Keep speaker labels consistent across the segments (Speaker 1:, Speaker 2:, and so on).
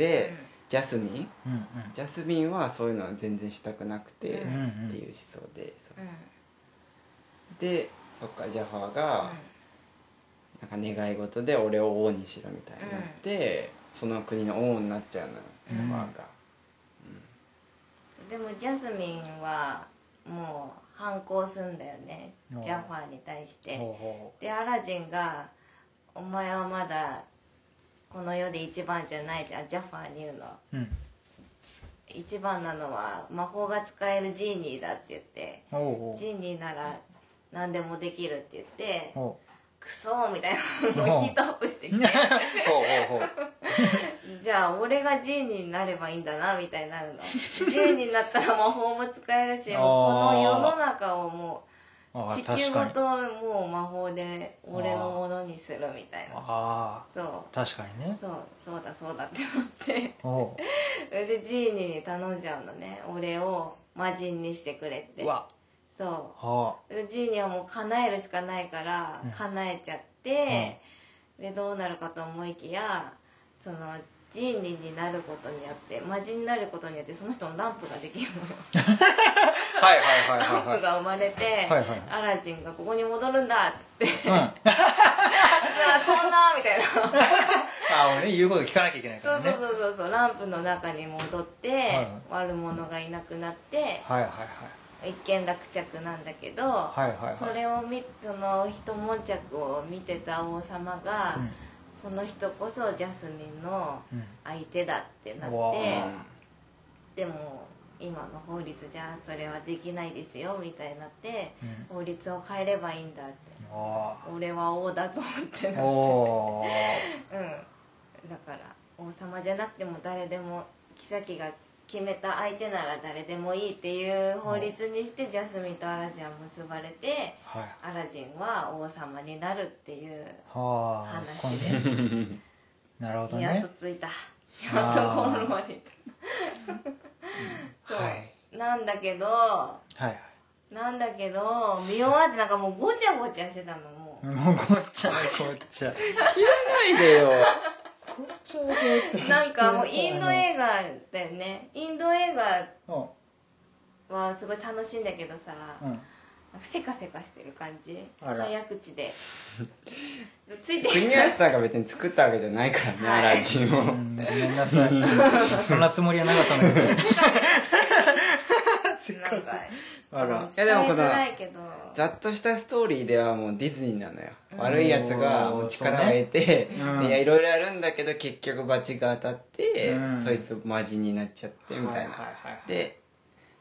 Speaker 1: でジャスミン
Speaker 2: うんうん
Speaker 1: ジャスミンはそういうのは全然したくなくて、
Speaker 2: うんうん
Speaker 1: っていう思想でそうそうでそっかジャファーがなんか願い事で俺を王にしろみたいになって、その国の王になっちゃうのよジャファーが、
Speaker 3: でもジャスミンはもう反抗すんだよね
Speaker 2: おう
Speaker 3: ジャファーに対して
Speaker 2: ほうほ
Speaker 3: でアラジンが「お前はまだこの世で一番じゃない」ってあジャファーに言うの
Speaker 2: ううん
Speaker 3: 一番なのは魔法が使えるジーニーだって言って
Speaker 2: ほうほ
Speaker 3: ジーニーなら何でもできるって言って
Speaker 2: うほう
Speaker 3: クソーみたいな
Speaker 2: おう
Speaker 3: もうヒートアップしてきて
Speaker 2: ほうほうほう
Speaker 3: じゃあ俺がジーニーになればいいんだなみたいにな るのジーニーになったら魔法も使えるしもうこの世の中をも
Speaker 2: あ
Speaker 3: う
Speaker 2: ー
Speaker 3: 地球
Speaker 2: 確
Speaker 3: ご
Speaker 2: かに
Speaker 3: ともう魔法で俺のものにするみたいな
Speaker 2: あ
Speaker 3: そう
Speaker 2: あ確かにね
Speaker 3: そうそうだそうだって思って
Speaker 2: ほ
Speaker 3: それでジーニーに頼んじゃうのね俺を魔人にしてくれっ
Speaker 2: う
Speaker 3: て
Speaker 2: うわ
Speaker 3: そ
Speaker 2: は
Speaker 3: うでジーニーはもう叶えるしかないから
Speaker 2: うん
Speaker 3: 叶えちゃって、でどうなるかと思いきやそのジーニーになることによって魔人になることによってその人のランプができるのよ
Speaker 2: あはいはいはい
Speaker 3: ランプ
Speaker 2: は
Speaker 3: が生まれて、
Speaker 2: はいはい
Speaker 3: アラジンがここに戻るんだって 言って「
Speaker 2: いはいうん
Speaker 3: あこんな」みたいな
Speaker 2: あ俺ね言うこと聞かなきゃいけないか
Speaker 3: そ
Speaker 2: ら
Speaker 3: う
Speaker 2: ね
Speaker 3: そうそうそうランプの中に戻って、
Speaker 2: は
Speaker 3: 悪者がいなくなって
Speaker 2: はいはい
Speaker 3: 一見落着なんだけど、
Speaker 2: はいはいはいはい
Speaker 3: それを見その一悶着を見てた王様が、
Speaker 2: うん
Speaker 3: この人こそジャスミンの
Speaker 2: うん
Speaker 3: 相手だってなっ
Speaker 2: うわ
Speaker 3: て
Speaker 2: ー
Speaker 3: でも今の法律じゃそれはできないですよみたいになって、
Speaker 2: う
Speaker 3: 法律を変えればいいんだって
Speaker 2: あ
Speaker 3: 俺は王だと思って
Speaker 2: あ
Speaker 3: な
Speaker 2: おー
Speaker 3: うんだから王様じゃなくても誰でも妃が決めた相手なら誰でもいいっていう法律にしてジャスミンとアラジンは結ばれて
Speaker 2: はい
Speaker 3: アラジンは王様になるっていう
Speaker 2: はあ
Speaker 3: 話
Speaker 2: このね
Speaker 1: うん
Speaker 2: なるほど
Speaker 3: やっ
Speaker 2: ね
Speaker 3: とついた
Speaker 2: ー
Speaker 3: やっとゴールまで行ったそう、
Speaker 2: はい
Speaker 3: なんだけど
Speaker 2: はい
Speaker 3: なんだけど見終わってなんかもうごちゃごちゃしてたのもう
Speaker 2: はいもうごっちゃごっちゃ
Speaker 1: ないでよ
Speaker 2: ごっちゃごっちゃ
Speaker 3: なんかもうインド映画だよねインド映画
Speaker 2: 画
Speaker 3: はすごい楽しいんだけどさ、
Speaker 2: うんうん
Speaker 3: なんかせかせかしてる感じ
Speaker 2: あら
Speaker 3: 早口でついて
Speaker 1: 国安さんが別に作ったわけじゃないからね、
Speaker 3: はい
Speaker 1: アラジンを、
Speaker 2: うんごめんなさいそんなつもりはなかったんだけど
Speaker 3: なんか
Speaker 2: あら
Speaker 1: いやでもこの
Speaker 3: 伝えづらいけど
Speaker 1: ざっとしたストーリーではもうディズニーなのよ、
Speaker 3: うん
Speaker 1: 悪いやつがもう力を得て、
Speaker 2: そうねうん
Speaker 1: でいやいろいろやるんだけど結局罰が当たって、
Speaker 2: うん
Speaker 1: そいつマジになっちゃってみたいな、
Speaker 2: はいはいはい
Speaker 1: で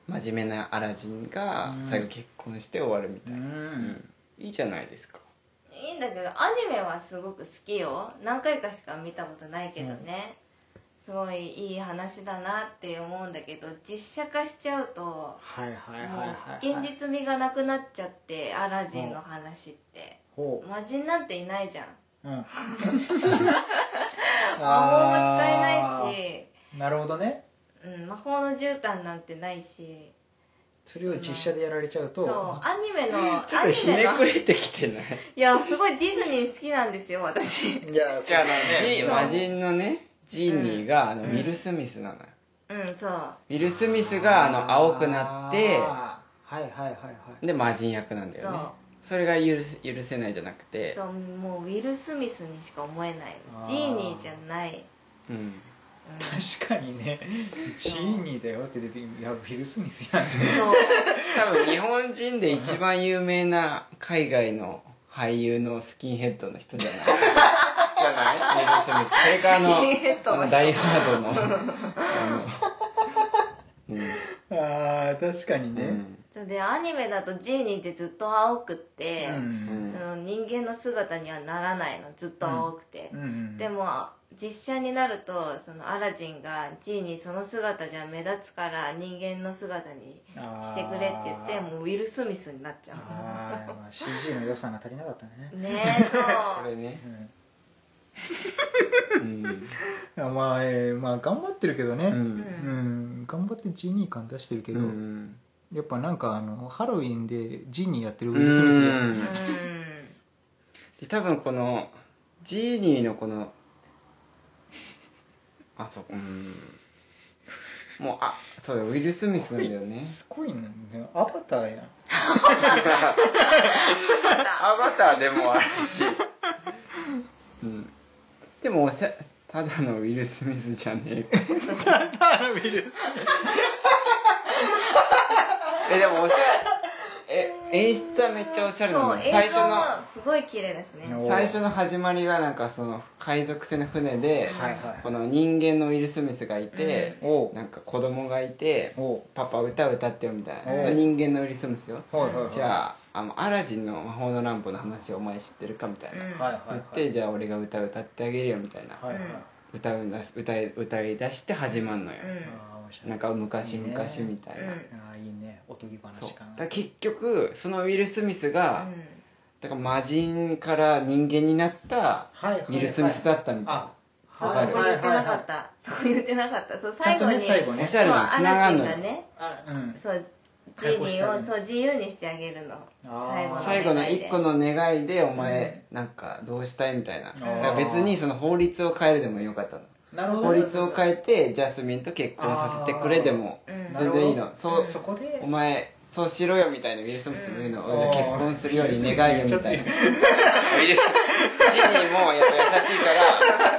Speaker 1: 真面目なアラジンが
Speaker 2: うん
Speaker 1: 最後結婚して終わるみた
Speaker 2: う
Speaker 1: いな、
Speaker 2: ん
Speaker 1: うんいいじゃないですか
Speaker 3: いいんだけどアニメはすごく好きよ何回かしか見たことないけどね、すごいいい話だなって思うんだけど実写化しちゃうとも
Speaker 2: はいは
Speaker 3: う
Speaker 2: いはいはい
Speaker 3: 現実味がなくなっちゃってアラジンの話って
Speaker 2: ほ
Speaker 3: 魔人なんていないじゃん
Speaker 2: ううん魔
Speaker 3: 魔法も使えないし
Speaker 2: なるほどね
Speaker 3: うん、魔法の絨毯なんてないし
Speaker 2: それを実写でやられちゃう
Speaker 3: そう
Speaker 2: と
Speaker 3: アニメの
Speaker 1: ちょっとひね
Speaker 3: アニ
Speaker 1: く
Speaker 3: メの
Speaker 1: れてきてない
Speaker 3: いやすごいディズニー好きなんですよ私
Speaker 2: じゃあ
Speaker 1: じゃああのジ
Speaker 3: う
Speaker 1: ー
Speaker 3: ん
Speaker 1: 魔人のねジーニーがあのウ
Speaker 2: うん
Speaker 1: ィル・スミスなのよ
Speaker 3: うんそう
Speaker 1: ウィル・スミスがあの青くなって
Speaker 2: あーはいはいはいはい
Speaker 1: で魔人役なんだよねそれが許せ許せないじゃなくて
Speaker 3: そうもうウィル・スミスにしか思えない
Speaker 2: あー
Speaker 3: ジーニーじゃない、
Speaker 1: うん
Speaker 3: うん、
Speaker 2: 確かにねジーニーだよって出ていやウィル・スミスやん
Speaker 3: そう
Speaker 1: 多分日本人で一番有名な海外の俳優のスキンヘッドの人じゃない じゃないウィル・スミスそれからあの
Speaker 3: スキンヘッドの人
Speaker 1: あのダイ・ハードのあのうん
Speaker 2: あー確かに
Speaker 1: う
Speaker 2: ね
Speaker 1: ん
Speaker 3: そうでアニメだとジーニーってずっと青くっ
Speaker 2: う
Speaker 3: て、
Speaker 2: ん
Speaker 3: その人間の姿にはならないのずっと青くて、
Speaker 2: うん
Speaker 3: でも実写になるとそのアラジンがジーニーその姿じゃ目立つから人間の姿にしてくれって言ってもうウィル・スミスになっちゃう
Speaker 2: あーまあ CG の予算が足りなかったんだね
Speaker 3: ねえ そう
Speaker 1: これね
Speaker 2: うん
Speaker 1: うん
Speaker 2: いやまあえーまあ頑張ってるけど
Speaker 1: う
Speaker 2: ね
Speaker 1: ん
Speaker 2: うん頑張ってジーニー感出してるけ
Speaker 1: う
Speaker 2: ど
Speaker 1: ん
Speaker 2: やっぱなんかあのハロウィンでジーニーやってるウィル・スミスだよね
Speaker 1: うん
Speaker 3: うん
Speaker 1: で多分このジーニーのこのあそううんもうあそうだウィル・スミスなんだよね
Speaker 2: すごいねアバタ ーやん
Speaker 1: アバターでもあるし、うん、でもおしゃただのウィル・スミスじゃねえか
Speaker 2: ただのウィルス
Speaker 1: えでもおしゃえ演出はめっちゃおしゃれな
Speaker 3: そ
Speaker 1: の
Speaker 3: う
Speaker 1: 最
Speaker 3: 映
Speaker 1: 初
Speaker 3: 像
Speaker 1: の
Speaker 3: もすごい綺麗ですね
Speaker 2: お
Speaker 1: 最初の始まりがなんかその海賊船の船で、
Speaker 2: はいはい
Speaker 1: この人間のウィル・スミスがいて、
Speaker 2: おう
Speaker 1: なんか子供がいて
Speaker 2: お
Speaker 1: パパ歌歌ってよみたいな
Speaker 2: うん
Speaker 1: 人間のウィル・スミスよ
Speaker 2: うはいはいはい
Speaker 1: じゃああのアラジンの魔法のランプの話お前知ってるかみたいな、
Speaker 3: うん
Speaker 2: はいはいは
Speaker 1: 言
Speaker 2: い
Speaker 1: ってじゃあ俺が歌歌ってあげるよみたいな、
Speaker 2: はいはい
Speaker 3: うん
Speaker 1: 歌うんだ歌い歌い出して始まんのよ
Speaker 3: う、ん
Speaker 2: あー面白い
Speaker 1: なんか昔
Speaker 2: いいね
Speaker 1: 々みたいな、
Speaker 3: うん
Speaker 2: あーいいねおとぎ話
Speaker 1: そうだ
Speaker 2: か
Speaker 1: か
Speaker 2: な
Speaker 1: ら結局そのウィル・スミスが、
Speaker 3: うん
Speaker 1: だから魔人から人間になった
Speaker 2: はいはい
Speaker 1: ウィル・スミスだったみたいな、
Speaker 3: そ
Speaker 1: わ
Speaker 3: う
Speaker 1: か
Speaker 3: そ
Speaker 1: る
Speaker 3: こ言ってなかったそこ言ってなかったそう最後に
Speaker 2: ちゃんとね最後ね
Speaker 1: おしゃれにつながんの
Speaker 3: そうアラ
Speaker 1: よ、
Speaker 3: ジンがね
Speaker 2: あうん
Speaker 3: そうジ
Speaker 2: 解放
Speaker 3: ニ
Speaker 2: し
Speaker 3: ー
Speaker 2: た
Speaker 3: を
Speaker 2: り
Speaker 3: そう自由にしてあげるの
Speaker 2: あー
Speaker 3: 最後
Speaker 1: 最後の
Speaker 3: の願いで
Speaker 1: 一個の願いでお前なんかどうしたいみたいな
Speaker 2: ー
Speaker 1: だから別にその法律を変えるでもよかったの
Speaker 2: なるほど
Speaker 1: 法律を変えてジャスミンと結婚させてくれでも
Speaker 3: うん
Speaker 1: 全然いいのそう
Speaker 2: そこで
Speaker 1: お前そうしろよみたいなウィル・スミスの言うの
Speaker 2: う
Speaker 1: を
Speaker 2: ん
Speaker 1: じゃあ結婚するように願いよみたいなウィル・スジニーもやっぱ優しい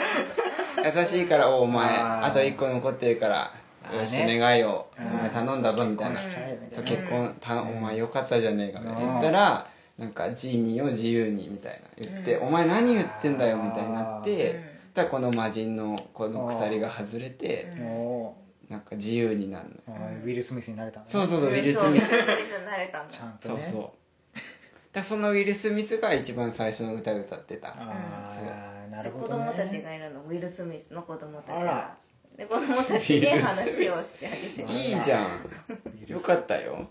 Speaker 1: から優しいからおお前
Speaker 2: あー
Speaker 1: あと一個残ってるから
Speaker 2: あーね
Speaker 1: よし願いを
Speaker 2: うん
Speaker 1: お前頼んだぞみたいな
Speaker 2: 結婚しちゃえよみた
Speaker 1: そ
Speaker 2: いうな
Speaker 1: 結婚たお前よかったじゃねえかみたいな
Speaker 2: うん
Speaker 1: 言ったらなんかジーニーを自由にみたいな言って、お前何言ってんだよみたいになって、
Speaker 3: うん
Speaker 1: だからこの魔人のこの鎖が外れ
Speaker 3: う
Speaker 1: て、
Speaker 3: ん
Speaker 2: お
Speaker 1: なんか自由になるの、
Speaker 2: ーあーウィル・スミスになれたのね
Speaker 1: そうそうそうウィル・スミス
Speaker 3: そうウィル・スミスになれたんだ
Speaker 2: ちゃんと
Speaker 1: そう
Speaker 2: ね
Speaker 1: そう だそのウィル・スミスが一番最初の歌歌ってた
Speaker 2: ああな
Speaker 3: で
Speaker 2: るほ
Speaker 3: 子
Speaker 2: どね
Speaker 3: 供たちがいるのウィル・スミスの子供たち
Speaker 2: あ
Speaker 3: が
Speaker 2: ら
Speaker 3: で子供たちで話をしてあげ
Speaker 2: うん
Speaker 1: いいじゃんよかったよ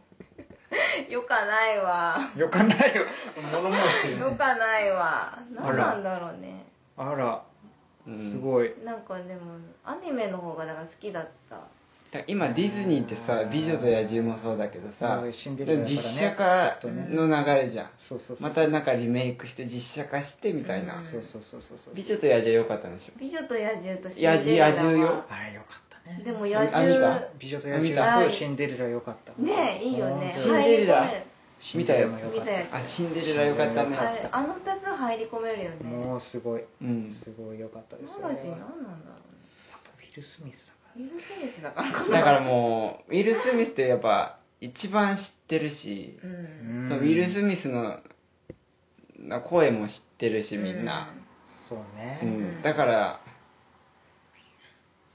Speaker 3: てよかないわ
Speaker 2: よかないよ物申してる
Speaker 3: よ
Speaker 2: ね
Speaker 3: かないわ
Speaker 2: あ
Speaker 3: 何
Speaker 2: ら
Speaker 3: なんだろうね
Speaker 2: あら
Speaker 1: うん
Speaker 2: すごい
Speaker 3: なんかでもアニメの方がだから好きだった
Speaker 1: だから今ディズニーってさ「美女と野獣」もそうだけどさ
Speaker 2: うんシンデレラだからね
Speaker 1: 実写化の流れじゃん
Speaker 2: そうそうそう
Speaker 1: またなんかリメイクして実写化してみたいな、
Speaker 3: うん
Speaker 2: そうそうそうそうそう
Speaker 1: 美女と野獣良かったんでしょ
Speaker 3: 美女と野獣とシンデレラは
Speaker 1: 野獣野獣よ
Speaker 2: あれよかったね
Speaker 3: でも野
Speaker 1: あ見
Speaker 3: 獣
Speaker 1: た
Speaker 2: 美女と野
Speaker 1: あ
Speaker 2: 獣
Speaker 3: 見
Speaker 2: と
Speaker 3: た
Speaker 2: シンデレラよかった
Speaker 3: ねえいいよね
Speaker 2: 本当
Speaker 1: シンデレラ
Speaker 3: 入り込める
Speaker 2: シンデレラもよか
Speaker 3: 見
Speaker 2: った
Speaker 3: や
Speaker 2: た
Speaker 3: つ
Speaker 1: あシンデレラ良かったね
Speaker 3: あれあの二つ入り込めるよね
Speaker 2: もうすごい
Speaker 1: うん
Speaker 2: すごいよかったです
Speaker 3: マラジン
Speaker 2: や
Speaker 3: 何
Speaker 2: っ
Speaker 3: な
Speaker 2: ぱ
Speaker 3: んだろうね
Speaker 2: ウィル・スミスだか
Speaker 3: ウィル・スミスだからか
Speaker 1: だからもうウィル・スミスってやっぱ一番知ってるし、
Speaker 3: う
Speaker 2: ら
Speaker 3: ん
Speaker 1: そのウィル・スミスのの声も知ってるしみんな、
Speaker 2: そう
Speaker 1: うん
Speaker 2: ね
Speaker 1: だから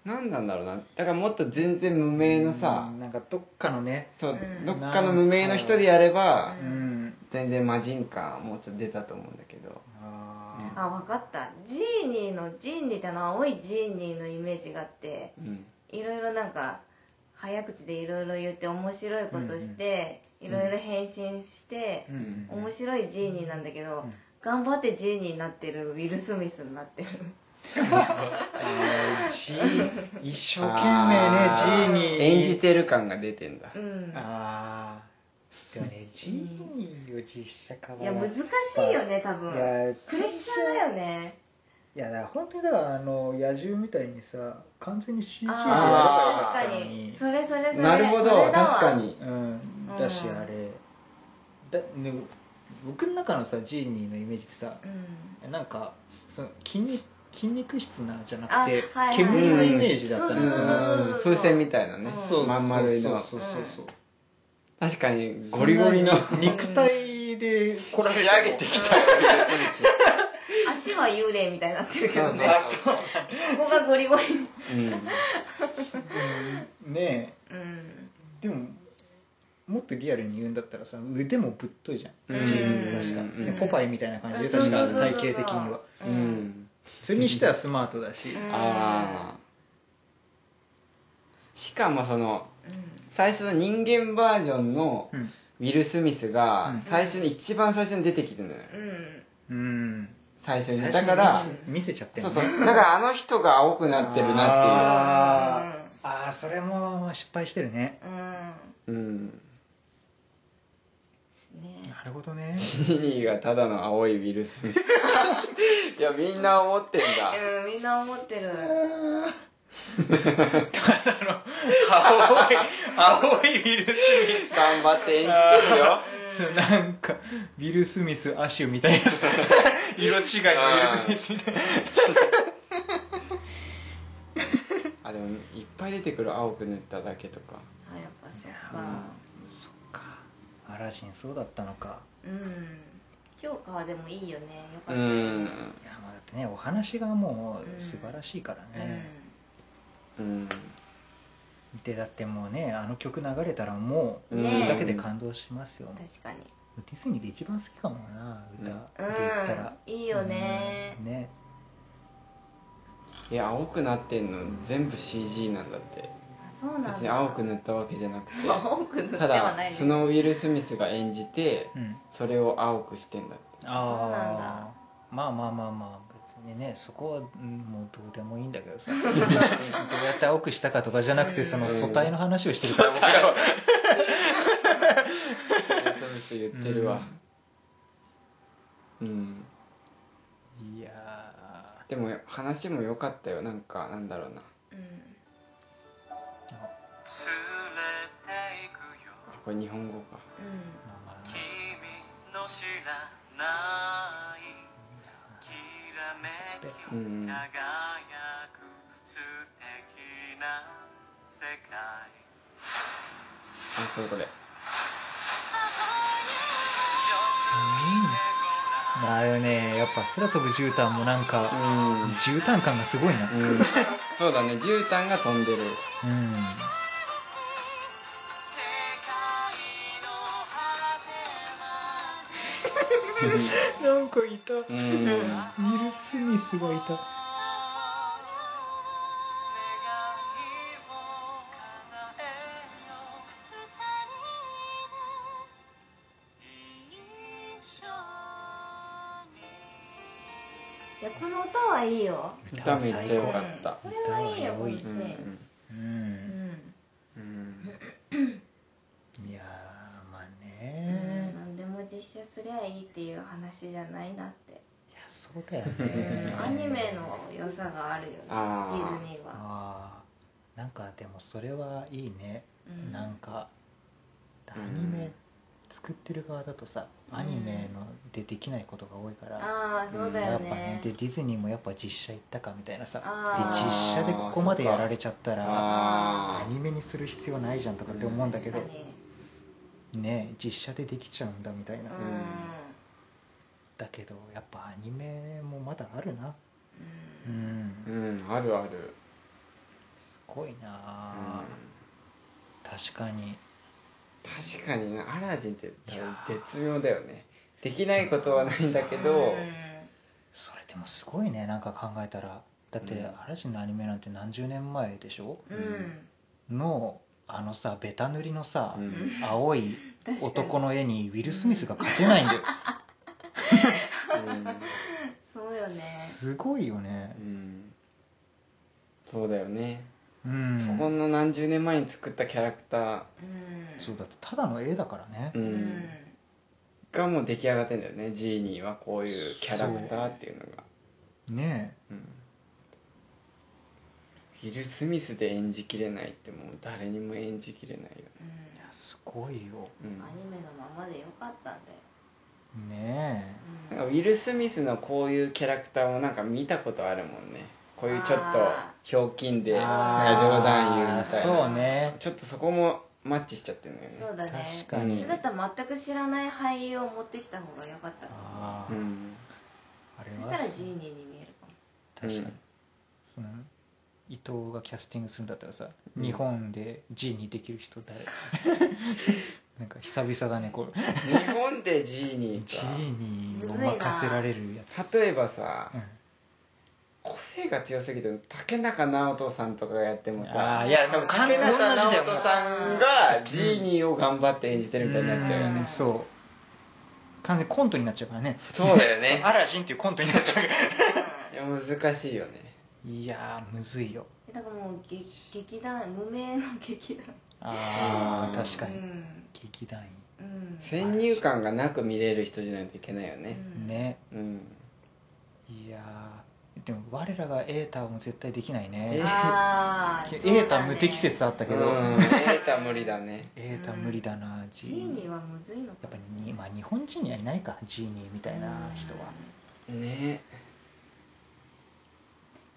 Speaker 1: 何なんだろうなだからもっと全然無名のさ、
Speaker 2: うんなんかどっかのね
Speaker 1: そう
Speaker 3: うん
Speaker 1: どっかの無名の人でやれば
Speaker 3: う
Speaker 2: うんん
Speaker 1: 全然魔人感もうちょっと出たと思うんだけど
Speaker 2: あ
Speaker 3: あ分かったジーニーのジーニーってあの青いジーニーのイメージがあって
Speaker 1: うん
Speaker 3: いろいろなんか早口でいろいろ言って面白いことしていろいろ変身して
Speaker 2: ーうん
Speaker 3: 面白いジーニーなんだけど
Speaker 2: うん
Speaker 3: 頑張ってジーニーになってるウィル・スミスになってる
Speaker 2: あージー一生懸命ねジーニー
Speaker 1: 演じてる感が出てんだ
Speaker 3: うん
Speaker 2: ああでもねジーニーを実写化はい
Speaker 3: や難しいよね多分
Speaker 2: いや
Speaker 3: プレッシャーだよね
Speaker 2: いやだから本当にだからあの野獣みたいにさ完全に CG でやれ
Speaker 1: あ
Speaker 3: 確
Speaker 1: ー
Speaker 2: ば
Speaker 3: か
Speaker 2: よかったの
Speaker 3: に
Speaker 2: に
Speaker 3: それそれそれ
Speaker 1: なるほ
Speaker 3: そ
Speaker 1: ど
Speaker 3: れだわ
Speaker 1: 確かに
Speaker 2: うんだし
Speaker 3: うん
Speaker 2: あれだね僕の中のさジーニーのイメージってさ
Speaker 3: うん
Speaker 2: なんかその筋肉筋肉質なんじゃな
Speaker 3: あ
Speaker 2: くて、
Speaker 3: はいはい
Speaker 2: 煙のイメージだ
Speaker 1: う
Speaker 2: ったりするの
Speaker 1: ん風船みたいなね
Speaker 3: そ
Speaker 2: そう
Speaker 1: まん丸いの
Speaker 2: そうそうそうそう
Speaker 1: 確かにゴリゴリの
Speaker 2: そんな肉体でこられ
Speaker 1: 仕
Speaker 2: も
Speaker 1: 上げてきたよ
Speaker 3: 足は幽霊みたいになってるけ
Speaker 1: そ
Speaker 3: ど
Speaker 1: う
Speaker 3: ね
Speaker 1: そうそう
Speaker 3: ここがゴリゴリ
Speaker 1: うん
Speaker 2: ね
Speaker 3: うん
Speaker 2: えでももっとリアルに言うんだったらさ腕もぶっといじゃん
Speaker 1: うん
Speaker 2: ジーニーって確か、
Speaker 1: うん
Speaker 2: でポパイみたいな感じで
Speaker 3: うん
Speaker 2: 確
Speaker 3: そ
Speaker 2: か
Speaker 3: うそうそうそう
Speaker 2: 体型的には
Speaker 1: う
Speaker 3: うん
Speaker 1: ん
Speaker 2: それにしてはスマートだし、
Speaker 3: うん
Speaker 1: ああしかもその
Speaker 3: うん
Speaker 1: 最初の人間バージョンの
Speaker 2: うん
Speaker 1: ウィル・スミス
Speaker 2: う
Speaker 1: が
Speaker 2: ん
Speaker 1: 最初に一番最初に出てきてるのよ
Speaker 3: うん
Speaker 2: うん、
Speaker 1: 最初
Speaker 2: 最初
Speaker 1: に
Speaker 2: に
Speaker 1: だから
Speaker 2: 見せちゃってん
Speaker 1: そ
Speaker 2: ね
Speaker 1: うそうだからあの人が青くなってるなっ
Speaker 2: あ
Speaker 3: うん
Speaker 2: ーあーそれも失敗してるね
Speaker 3: う
Speaker 1: ていううん
Speaker 3: んね
Speaker 2: なるほどね
Speaker 1: ジーニーがただの青いウィル・ スミスいやみんな思ってんだ
Speaker 3: うんみんな思ってる
Speaker 2: あー青 い青いビル・スミ
Speaker 1: 頑張って演じてるよ
Speaker 2: スなんかビル・スミス・アシュみたいなさ 色違いのビル・スミスみたいな
Speaker 1: あでもいっぱい出てくる青く塗っただけとか
Speaker 3: あやっぱそっ
Speaker 1: うん
Speaker 3: か
Speaker 2: そっかアラジンそうだったのか
Speaker 3: うん評価はでもいいよねよ
Speaker 1: う
Speaker 3: かったよね
Speaker 1: ん
Speaker 2: いやまあだってねお話がもう素晴らしいからね、
Speaker 1: うん
Speaker 2: でだってもうねあの曲流れたらもう
Speaker 1: うん
Speaker 2: それだけで感動しますよ、
Speaker 3: うん確かに
Speaker 2: ディズニーで一番好きかもな歌、
Speaker 1: うん
Speaker 2: で言ったら、
Speaker 3: うんいいよね
Speaker 2: うんね
Speaker 1: いや青くなってんの全部 CG なんだって
Speaker 3: あそうなんだ
Speaker 1: 別に青く塗ったわけじゃなくて
Speaker 3: 青く塗って
Speaker 1: た
Speaker 3: はな
Speaker 1: だ
Speaker 3: い
Speaker 1: スノーウィル・スミスが演じて
Speaker 2: うん
Speaker 1: それを青くしてんだって
Speaker 3: そうなんだ
Speaker 2: あーまあまあまあまあ別にねそこはうんもうどうでもいいんだけ どさどうやって青くしたかとかじゃなくてその素体の話をしてるから僕らは
Speaker 1: ウィル・スミス言ってるわうん
Speaker 2: いや
Speaker 1: でも話も良かったよなんかなんだろうな
Speaker 3: うん
Speaker 2: ーあ
Speaker 4: 連れて行くよ
Speaker 1: これ日本語か
Speaker 3: うん
Speaker 2: まあまあ
Speaker 4: 君
Speaker 2: ね
Speaker 4: の知らないきらめき
Speaker 1: うん
Speaker 4: 輝く素敵な世界
Speaker 1: あこれこれ
Speaker 2: まああれねやっぱ空飛ぶ絨毯もなん
Speaker 1: う
Speaker 2: か
Speaker 1: ん、 うん、
Speaker 2: 絨毯感がすごいな
Speaker 1: そうだね絨毯が飛んでる
Speaker 2: うん
Speaker 4: 世界の果てまで
Speaker 2: なんかいたウ
Speaker 1: うん
Speaker 2: ィル・スミスがいた
Speaker 3: いやこの歌はいいよ
Speaker 1: 歌めっちゃ良
Speaker 3: う
Speaker 1: か
Speaker 3: ん
Speaker 1: った
Speaker 3: これはいいよ
Speaker 2: 歌
Speaker 3: こ
Speaker 2: は
Speaker 3: の
Speaker 2: 良い
Speaker 3: シ
Speaker 1: う
Speaker 3: ーン
Speaker 1: ん
Speaker 2: う
Speaker 3: うんん
Speaker 1: うん
Speaker 2: いやーまあ
Speaker 3: う
Speaker 2: ね
Speaker 3: ん何でも実写すりゃいいっていう話じゃないなって
Speaker 2: いやそうだよ
Speaker 3: うん
Speaker 2: ね
Speaker 3: アニメの良さがあるよねデ
Speaker 1: あー
Speaker 3: ィズニーは
Speaker 2: あーなんかでもそれはいいね、
Speaker 3: うん
Speaker 2: なんかア
Speaker 1: うん
Speaker 2: ニメ作ってる側だとさアニメのでできないことが多いから、
Speaker 3: ああそうだ
Speaker 2: や
Speaker 3: よ
Speaker 2: っぱね
Speaker 3: ね
Speaker 2: でディズニーもやっぱ実写行ったかみたいなさ
Speaker 3: あ
Speaker 2: で
Speaker 3: ー
Speaker 2: 実写でここまでやられちゃったら
Speaker 1: あ
Speaker 2: ア
Speaker 1: ー
Speaker 2: ニメにする必要ないじゃんとかって思うんだけど、
Speaker 3: 確かに
Speaker 2: ね実写でできちゃうんだみたいな、
Speaker 3: うん
Speaker 2: だけどやっぱアニメもまだあるな
Speaker 3: うん
Speaker 2: うん、
Speaker 1: うんあるある
Speaker 2: すごいなあ、
Speaker 1: う
Speaker 2: 確かに
Speaker 1: ん確かになアラジンって多分絶妙だよねできないことはないんだけど
Speaker 2: それでもすごいねなんか考えたらだって、
Speaker 1: うん
Speaker 2: アラジンのアニメなんて何十年前でしょ
Speaker 3: うんうん
Speaker 2: のあのさベタ塗りのさ、
Speaker 1: うん
Speaker 2: 青い
Speaker 3: 確かに
Speaker 2: 男の絵にウィル・スミスが勝 てないんだよ、
Speaker 1: うん
Speaker 3: そうよね
Speaker 2: すごいよね
Speaker 1: うんそうだよね
Speaker 2: うん
Speaker 1: そこの何十年前に作ったキャラクタ
Speaker 3: うん
Speaker 2: そうだってただの絵だからね、
Speaker 1: ー、う
Speaker 3: うん
Speaker 1: ん、がもう出来上がってんだよねジーニーはこういうキャラクターっていうのが
Speaker 2: ね
Speaker 1: うんウィル・スミスで演じきれないってもう誰にも演じきれないよね、
Speaker 3: うん
Speaker 2: えいやすごいよ
Speaker 1: うん
Speaker 3: アニメのままでよかったんだよ
Speaker 2: ね
Speaker 3: う
Speaker 1: なんかウィル・スミスのこういうキャラクターもなんか見たことあるもんねこういうちょっとひょうきん
Speaker 2: え
Speaker 1: で
Speaker 2: あ
Speaker 1: なん
Speaker 2: ー
Speaker 1: か冗談言うみたい
Speaker 2: そ
Speaker 1: な
Speaker 2: うね
Speaker 1: ちょっとそこもマッチしちゃってるのよね
Speaker 3: そうだね
Speaker 2: 確かに、
Speaker 1: うん
Speaker 3: だったら全く知らない俳優を持ってきた方がよかったかも
Speaker 2: ああ、
Speaker 1: うん
Speaker 2: あれ
Speaker 3: そし
Speaker 2: は
Speaker 3: たらジーニーに見えるかも
Speaker 2: 確かに、
Speaker 1: うん
Speaker 2: その伊藤がキャスティングするんだったらさ、
Speaker 1: うん
Speaker 2: 日本で G にできる 人誰なんか久々だねこれ
Speaker 1: 日本でジーニ
Speaker 2: G
Speaker 1: ーか
Speaker 2: にも任せられるやつ、
Speaker 1: 例えばさ、
Speaker 2: うん
Speaker 1: 個性が強すぎて竹中直人さんとかがやってもさ
Speaker 2: ああいやでも完
Speaker 1: 竹
Speaker 2: 全
Speaker 1: 中
Speaker 2: に同じだ
Speaker 1: 直
Speaker 2: よ
Speaker 1: 人さんがジーニーを頑張って演じてるみたいになっちゃうよ
Speaker 2: う
Speaker 1: ね
Speaker 2: んそう完全にコントになっちゃうからね
Speaker 1: そうだよね
Speaker 2: そうアラジンっていうコントになっちゃうか
Speaker 1: いや難しいよね
Speaker 2: らいやーむずいよ
Speaker 3: えだからもう劇劇団無名の劇団
Speaker 2: あー
Speaker 1: うん
Speaker 2: 確か
Speaker 3: う
Speaker 2: に、
Speaker 3: ん
Speaker 2: 劇団員
Speaker 3: うん
Speaker 1: 先入観がなく見れる人じゃないといけないよ
Speaker 3: う
Speaker 1: ね
Speaker 3: ん
Speaker 2: ね
Speaker 1: うん
Speaker 2: いやでも我らがエータはもう絶対できない
Speaker 1: え
Speaker 2: ね
Speaker 3: あ
Speaker 2: エ
Speaker 3: ー
Speaker 2: ータ無適切あったけど、
Speaker 1: うんエータ無理だね
Speaker 2: エータ無理だな
Speaker 3: ジ
Speaker 2: ジー
Speaker 3: ー
Speaker 2: ニ
Speaker 3: ニ
Speaker 2: ー
Speaker 3: ー
Speaker 2: や
Speaker 3: はむずいのか
Speaker 2: っぱりに、まあ、日本人にはいないかジーニーみたいな人は
Speaker 1: ね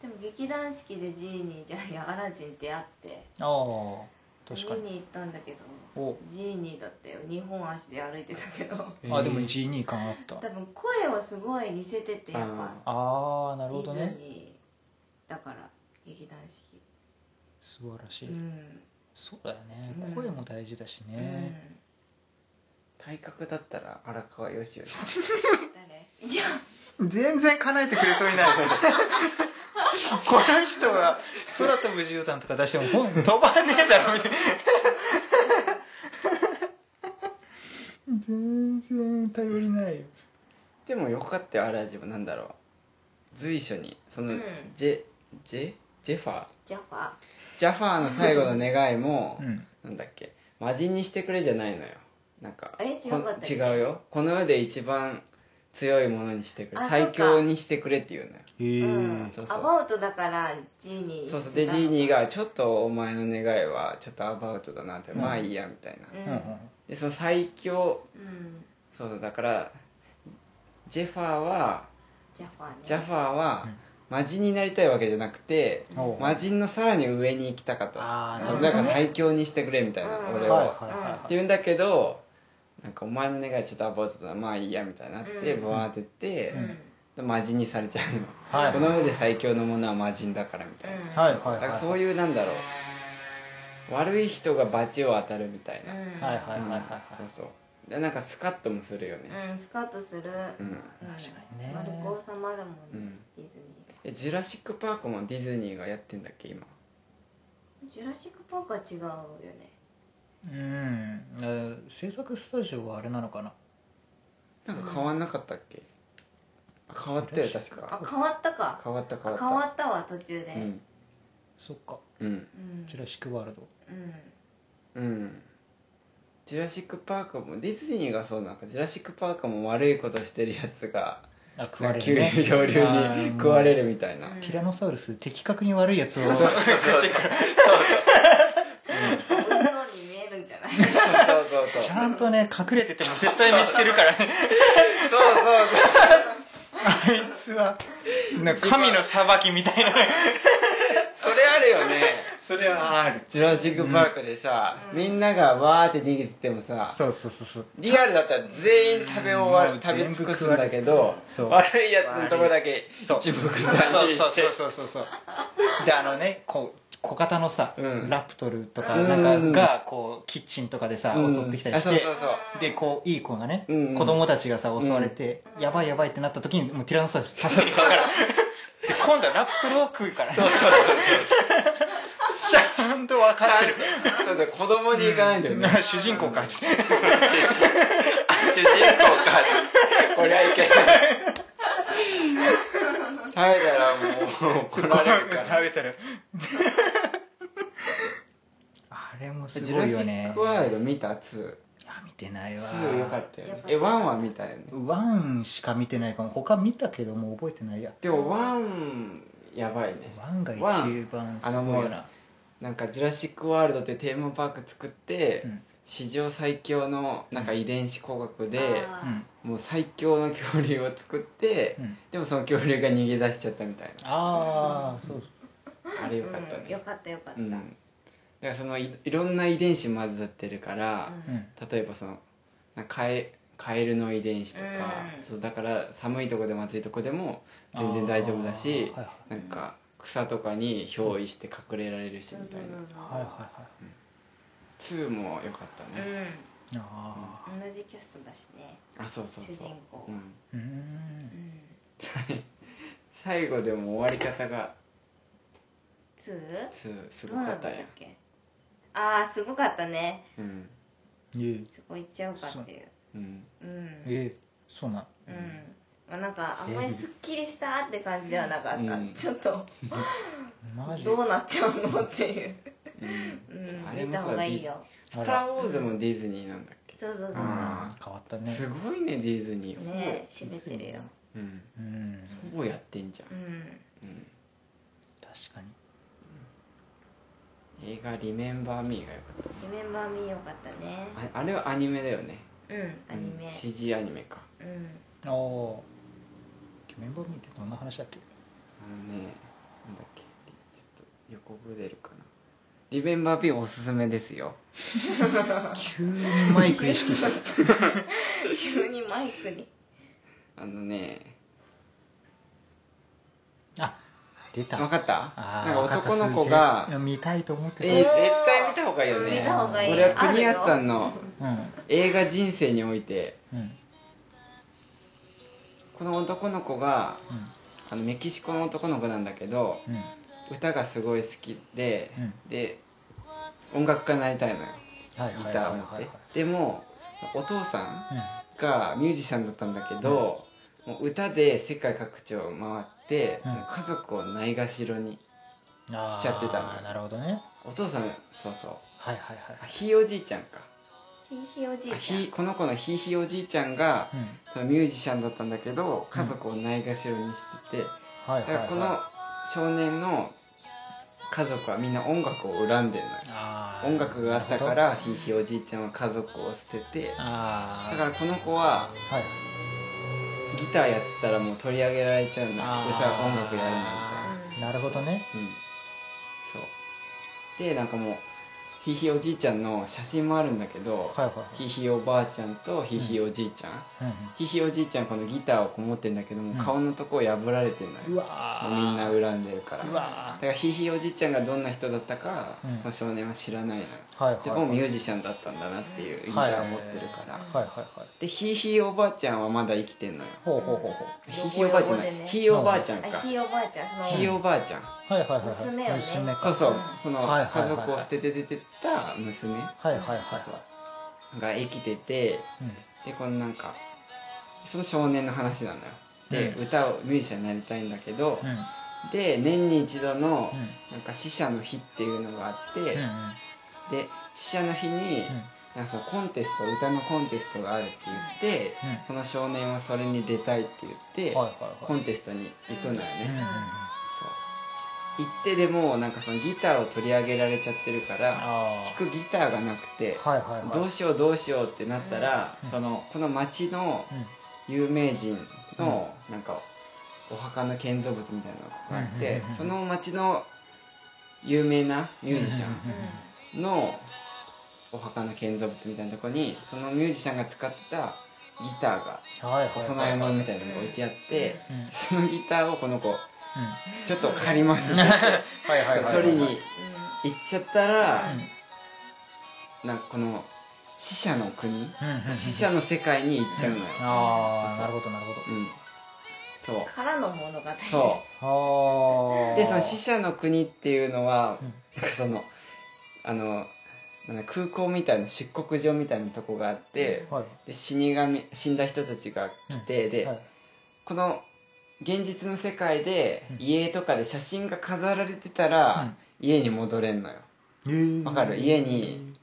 Speaker 3: でも劇団四季でジーニーじゃいやアラジンってあって
Speaker 2: ああ確か
Speaker 3: 見
Speaker 2: に
Speaker 3: に行ったんだけど
Speaker 2: お
Speaker 3: ジーニーだって2本足で歩いてた けど
Speaker 2: あでもジーニー感あった
Speaker 3: 多分声をすごい似せててやっぱ
Speaker 2: ああな
Speaker 3: デ
Speaker 2: るほど
Speaker 3: ィズ
Speaker 2: ね
Speaker 3: ニーだから劇団四季
Speaker 2: 素晴らしい、
Speaker 3: うん
Speaker 2: そうだよね
Speaker 3: うん
Speaker 2: 声も大事だしね、
Speaker 1: 体格だったら荒川よしよし
Speaker 3: うん誰い や
Speaker 2: 全然叶えてくれそうにない この人が空飛ぶ絨毯とか出しても本飛ばねえだろみ たいな全然頼りないよ
Speaker 1: でもよかったよアラジンはなんだろう随所にその、
Speaker 3: うん
Speaker 1: ジェジェジェファー
Speaker 3: ジャファ
Speaker 1: ジャファーの最後の願いも、
Speaker 2: うん
Speaker 1: なんだっけ魔人にしてくれじゃないのよなんか
Speaker 3: え
Speaker 1: こ
Speaker 3: 違うかったっけ
Speaker 1: 違うよこの世で一番強いものにしてくれ
Speaker 3: あそっか
Speaker 1: 最強にしてくれっていうのよ
Speaker 2: へえ、
Speaker 3: うん
Speaker 1: そうそう
Speaker 3: アバウトだからジーニー
Speaker 1: そうそうでジーニーが「ちょっとお前の願いはちょっとアバウトだな」って「
Speaker 2: うん
Speaker 1: まあいいや」みたいな
Speaker 3: う
Speaker 2: うんんうん
Speaker 1: でその最強
Speaker 3: うん
Speaker 1: そうそうだからジェファーは
Speaker 3: ジャファね
Speaker 1: ジャファーは
Speaker 2: うん
Speaker 1: 魔人になりたいわけじゃなくて
Speaker 2: おう
Speaker 1: 魔人のさらに上に行きたかった
Speaker 2: ああなる
Speaker 1: だ
Speaker 2: ほ
Speaker 1: から
Speaker 2: どね
Speaker 1: 最強にしてくれみたいな
Speaker 3: うん
Speaker 1: 俺
Speaker 2: は
Speaker 1: を
Speaker 2: い
Speaker 1: っ
Speaker 2: はいはい
Speaker 1: て言うんだけどなんかお前の願いちょっとアバウトだなまあいいやみたいになって
Speaker 3: うん
Speaker 1: バワーってって
Speaker 3: うん
Speaker 1: で魔人にされちゃうの
Speaker 2: はい
Speaker 1: この世で最強のものは魔人だからみたいな
Speaker 3: うん
Speaker 2: はいはい
Speaker 1: だからそう
Speaker 2: いう
Speaker 1: いうなんだろう悪い人が罰を当たるみたいな、
Speaker 3: うん
Speaker 2: はいはいはいはい
Speaker 1: うんそうそうでなんかスカッともするよね
Speaker 3: うんスカートする
Speaker 1: うん、
Speaker 3: うん
Speaker 2: 確かにね
Speaker 3: 丸く収まるもん
Speaker 1: う
Speaker 3: ね
Speaker 1: ん
Speaker 3: ディズ
Speaker 1: えジュラシック・パークもディズニーがやってんだっけ今
Speaker 3: ニージュラシック・パークは違うよね
Speaker 2: うんえー制作スタジオはあれなのかな
Speaker 1: なんか変わんなかったっけ変わったよ確
Speaker 3: あ
Speaker 1: か
Speaker 3: 変わったか
Speaker 1: 変わった変
Speaker 3: あ
Speaker 1: わった
Speaker 3: 変わったわ途中で
Speaker 1: うん
Speaker 2: そっか
Speaker 1: うん
Speaker 3: うん
Speaker 2: ジュラシック・ワールド
Speaker 3: うん
Speaker 1: うんジュラシック・パークもディズニーがそうなんかジュラシック・パークも悪いことしてるやつが
Speaker 2: あ食
Speaker 1: な
Speaker 2: わ
Speaker 1: んか
Speaker 2: れ
Speaker 1: 急
Speaker 2: る、
Speaker 1: に
Speaker 2: ね、
Speaker 1: 恐竜
Speaker 2: あー
Speaker 1: に食われるみたいな
Speaker 3: うん
Speaker 2: ティラノサウルス的確に悪いやつを
Speaker 3: 美味しそうに見えるんじゃない
Speaker 1: そうそうそう
Speaker 2: ちゃんとね隠れてても絶対見つけるからね
Speaker 1: そうそうそう
Speaker 2: あいつはなんか神の裁きみたいな
Speaker 1: それあるよね
Speaker 2: それはある
Speaker 1: ジュラシック・パークでさ、みんながわーって逃げててもさ
Speaker 2: そうそうそうそう
Speaker 1: リアルだったら全員食べ終わる
Speaker 2: うん
Speaker 1: 食べ尽くすんだけど
Speaker 2: そう
Speaker 1: 悪いやつのとこだけ一
Speaker 2: そう
Speaker 1: 目散
Speaker 2: そう
Speaker 1: に
Speaker 2: そうそうそうそうそうであのねこう小型のさ、
Speaker 1: うん
Speaker 2: ラプトルとか
Speaker 1: うん
Speaker 2: なんかがこうキッチンとかでさ、
Speaker 1: うん
Speaker 2: 襲ってきたりして
Speaker 1: あそうそうそう
Speaker 2: でこういい子がね、
Speaker 1: うん
Speaker 2: 子供たちがさ襲われて、やばいやばいってなった時にもうティラノサウルス刺さってからで今度はラプトルを食うからねちゃんと分かってる
Speaker 1: そうそう子供に行かないんだよね、主
Speaker 2: 主人公かっつって
Speaker 1: 人公かこりゃいけない食べたらもう怒
Speaker 2: 食
Speaker 1: られるから
Speaker 2: べ たらあれもす
Speaker 1: ジュ
Speaker 2: ご
Speaker 1: ラ
Speaker 2: い
Speaker 1: シ
Speaker 2: よね
Speaker 1: ック・ワールド見た2
Speaker 2: あ見てないわ
Speaker 1: 2よかったよねえワンは見たよね
Speaker 2: ワンしか見てないかも他見たけどもう覚えてないや
Speaker 1: でもワンやばいね
Speaker 2: ワンが一番す
Speaker 1: あのも
Speaker 2: ごいうな
Speaker 1: なんか「ジュラシック・ワールド」ってテーマパーク作って、
Speaker 2: うん
Speaker 1: 史上最強のなんか遺伝子工学で、
Speaker 3: あ
Speaker 2: うん
Speaker 1: もう最強の恐竜を作って、
Speaker 2: うん
Speaker 1: でもその恐竜が逃げ出しちゃったみたい
Speaker 2: ああそう
Speaker 1: なあれよかった
Speaker 3: うんよ
Speaker 1: ね
Speaker 3: かったよかった
Speaker 1: う、
Speaker 3: うんん
Speaker 1: だからそのいいろんな遺伝子混ざってるから、
Speaker 2: そううん
Speaker 1: 例えばそのなんかカエカエルの遺伝子とか、
Speaker 3: うん
Speaker 1: そうだから寒いとこでも暑いとこでも全然大丈夫だし、
Speaker 2: あーはい
Speaker 1: なんか草とかに憑依して隠れられるし
Speaker 3: そう
Speaker 1: みた
Speaker 3: そう
Speaker 1: いな、
Speaker 2: はいはい
Speaker 3: そ
Speaker 2: は
Speaker 1: 2も良かった
Speaker 3: う
Speaker 1: ね、
Speaker 2: いはいああ
Speaker 3: うん同じキャストだしね
Speaker 1: あそうそうそう
Speaker 3: 主人公
Speaker 1: うん、
Speaker 2: う
Speaker 3: う
Speaker 2: ー
Speaker 3: んん
Speaker 1: 最後でも終わり方が
Speaker 3: ツ
Speaker 1: 2す
Speaker 3: ー
Speaker 1: ご
Speaker 3: どう
Speaker 1: か
Speaker 3: な
Speaker 1: っ
Speaker 3: ったた
Speaker 1: や
Speaker 3: っけああすごかったね
Speaker 1: うん
Speaker 2: え
Speaker 3: そこ行っちゃうかっていう
Speaker 1: うん
Speaker 3: うん
Speaker 2: えええそうなん
Speaker 3: うんまあなんかあんまりすっきりしたって感じではなかった、
Speaker 1: うん
Speaker 3: ちょっと
Speaker 2: マジ
Speaker 3: どうなっちゃうのっていう、
Speaker 1: うん
Speaker 3: うん、
Speaker 1: あれ
Speaker 3: 見
Speaker 1: も
Speaker 3: た
Speaker 1: さ
Speaker 3: 方がいいよ
Speaker 1: 「スター・ウォーズ」もディズニーなんだっけ
Speaker 3: そうそうそう
Speaker 2: うん
Speaker 1: あ
Speaker 2: 変わったね
Speaker 1: すごいねディズニー
Speaker 3: ねえ閉めてるよ
Speaker 1: うん
Speaker 2: うん
Speaker 1: ほぼやってんじゃ
Speaker 3: うんん
Speaker 1: うん
Speaker 2: 確かに
Speaker 1: 映画「リメンバー・ミー」がよかった
Speaker 3: リメンバー・ミーよかったね
Speaker 1: ああれはアニメだよね
Speaker 3: うんアニメ
Speaker 1: うん CG アニメか
Speaker 3: うん
Speaker 2: ああメンバーミーってどんな話だっけ
Speaker 1: あのねなんだっけちょっと予告出るかな「リメンバー・ミー」おすすめですよ
Speaker 2: 急にマイク意識した
Speaker 3: 急にマイクに
Speaker 1: あのね
Speaker 2: あ出た
Speaker 1: 分かった
Speaker 2: あー
Speaker 1: なんか男の子
Speaker 2: 若田すずい
Speaker 1: が
Speaker 2: や見たいと思ってた、
Speaker 1: えー
Speaker 3: おー
Speaker 1: 絶対見た方がいいよね
Speaker 3: 見た方がいい
Speaker 1: 俺は国安さん
Speaker 3: あ
Speaker 1: の映画人生において
Speaker 2: うんうん
Speaker 1: この男の子が
Speaker 2: うん
Speaker 1: あのメキシコの男の子なんだけど
Speaker 2: うん
Speaker 1: 歌がすごい好きで、
Speaker 2: う
Speaker 1: で音楽家になりたいのよ
Speaker 2: はい
Speaker 1: ギ
Speaker 2: はいはい
Speaker 1: ターを持
Speaker 2: は
Speaker 1: っ
Speaker 2: い
Speaker 1: てでもお父さ
Speaker 2: うん
Speaker 1: んがミュージシャンだったんだけど、もう歌で世界各地を回って、
Speaker 2: うん
Speaker 1: もう家族をないがしろに
Speaker 2: あー
Speaker 1: しちゃってたのよ
Speaker 2: なるほどね
Speaker 1: お父さんそうそう
Speaker 2: はいはいはい
Speaker 1: あひいおじいちゃんか
Speaker 3: ひいひいおじい
Speaker 1: あ
Speaker 3: ちゃん
Speaker 1: ひいこの子のひいひいおじいちゃんが
Speaker 2: うん
Speaker 1: そのミュージシャンだったんだけど家族をないがしろにしてて、
Speaker 2: は
Speaker 1: だか
Speaker 2: いはい
Speaker 1: ら
Speaker 2: はい
Speaker 1: この少年の家族はみんな音楽を恨んでるのよ
Speaker 2: あー
Speaker 1: 音楽があったか
Speaker 2: なる
Speaker 1: らひいひいおじいちゃんは家族を捨てて
Speaker 2: ほどあ
Speaker 1: だ
Speaker 2: あ
Speaker 1: からこの子は
Speaker 2: はい
Speaker 1: ギターやってたらもう取り上げられちゃうの歌
Speaker 2: あー
Speaker 1: 音楽やるなみ
Speaker 3: みたいな
Speaker 2: なるほどね
Speaker 1: たいなうんそうでなんかもうひいひいおじいちゃんの写真もあるんだけど
Speaker 2: はいはいはい
Speaker 1: ひいひいおばあちゃんとひいひいおじいちゃん
Speaker 2: うん
Speaker 1: ひいひいおじいちゃんこのギターをこう持ってんだけども
Speaker 2: うん
Speaker 1: 顔のとこ破られてんのよ
Speaker 2: うんうわ
Speaker 1: も
Speaker 2: ー
Speaker 1: うみんな恨んでるから
Speaker 2: う
Speaker 1: だ
Speaker 2: わー
Speaker 1: からひいひいおじいちゃんがどんな人だったか、
Speaker 2: うん
Speaker 1: この少年は知らないのよ
Speaker 2: はいはい
Speaker 1: でもミュージシャンだったんだなっていうギタ
Speaker 2: はい
Speaker 1: ーを持ってるから、
Speaker 2: はいはいはい
Speaker 1: でひいひいおばあちゃんはまだ生きてんのよ
Speaker 2: ほうほうほうほう
Speaker 1: ひいひいおばあちゃんじゃない
Speaker 3: ロボロボでね
Speaker 1: ひいおばあちゃんか
Speaker 3: あひいおばあちゃんその
Speaker 1: ひいおばあちゃん
Speaker 2: はいはいはいはい
Speaker 3: 娘よね
Speaker 2: 娘
Speaker 1: そ
Speaker 2: か
Speaker 1: うそう
Speaker 3: うん
Speaker 1: その
Speaker 2: はいはいはい
Speaker 1: 家族を捨てて出てった娘
Speaker 2: はいはいはい
Speaker 1: そう
Speaker 2: は
Speaker 1: そ
Speaker 2: いう
Speaker 1: が生きてて
Speaker 2: うん
Speaker 1: でこのなんかその少年の話なのよで、
Speaker 2: うん
Speaker 1: 歌をミュージシャンになりたいんだけど、
Speaker 2: うん
Speaker 1: で年に一度の
Speaker 2: うん
Speaker 1: なんか死者の日っていうのがあって、
Speaker 2: うん
Speaker 1: で死者の日になんかそのコンテスト歌のコンテストがあるって言って、そ
Speaker 2: うん
Speaker 1: の少年はそれに出たいって言って、
Speaker 2: はいはい
Speaker 1: コ
Speaker 2: は
Speaker 1: ンテストに行くのよ
Speaker 2: いうんうんうん
Speaker 1: ね、そう行ってでもなんかそのギターを取り上げられちゃってるから
Speaker 2: あ
Speaker 1: 弾くギターがなくて、
Speaker 2: あはいはいはい
Speaker 1: どうしようどうしようってなったら、
Speaker 2: うん
Speaker 1: そのこの町の
Speaker 2: うん
Speaker 1: 有名人のなんかお墓の建造物みたいなのがあって、
Speaker 2: うんうんうんうん
Speaker 1: その町の有名なミュージシャン、
Speaker 2: うん
Speaker 1: のお墓の建造物みたいなとこにそのミュージシャンが使ってたギターが
Speaker 2: はいはい
Speaker 1: お
Speaker 2: はい
Speaker 1: 供え物みた
Speaker 2: い
Speaker 1: いなのが置いてあって
Speaker 2: うんうん
Speaker 1: そのギターをこの子ちょっと借りますって
Speaker 2: はいはいはい
Speaker 1: 取りに行っちゃったら
Speaker 2: うん
Speaker 1: なんかこの死者の国
Speaker 2: うんうん
Speaker 1: 死者の世界に行っちゃうのよ
Speaker 2: あ
Speaker 1: そうそう
Speaker 2: あなるほどなるほど
Speaker 1: うんそ
Speaker 3: うんからの物語
Speaker 1: うそ
Speaker 2: は
Speaker 1: う
Speaker 2: あ
Speaker 1: でその死者の国っていうのは
Speaker 2: うん
Speaker 1: そのあのなんだ空港みたいな出国場みたいなとこがあって
Speaker 2: はい
Speaker 1: で死神死んだ人たちが来て、で、
Speaker 2: はい
Speaker 1: この現実の世界で
Speaker 2: うん
Speaker 1: 家とかで写真が飾られてたら、家に戻れんのよ
Speaker 2: うん
Speaker 1: わかる家に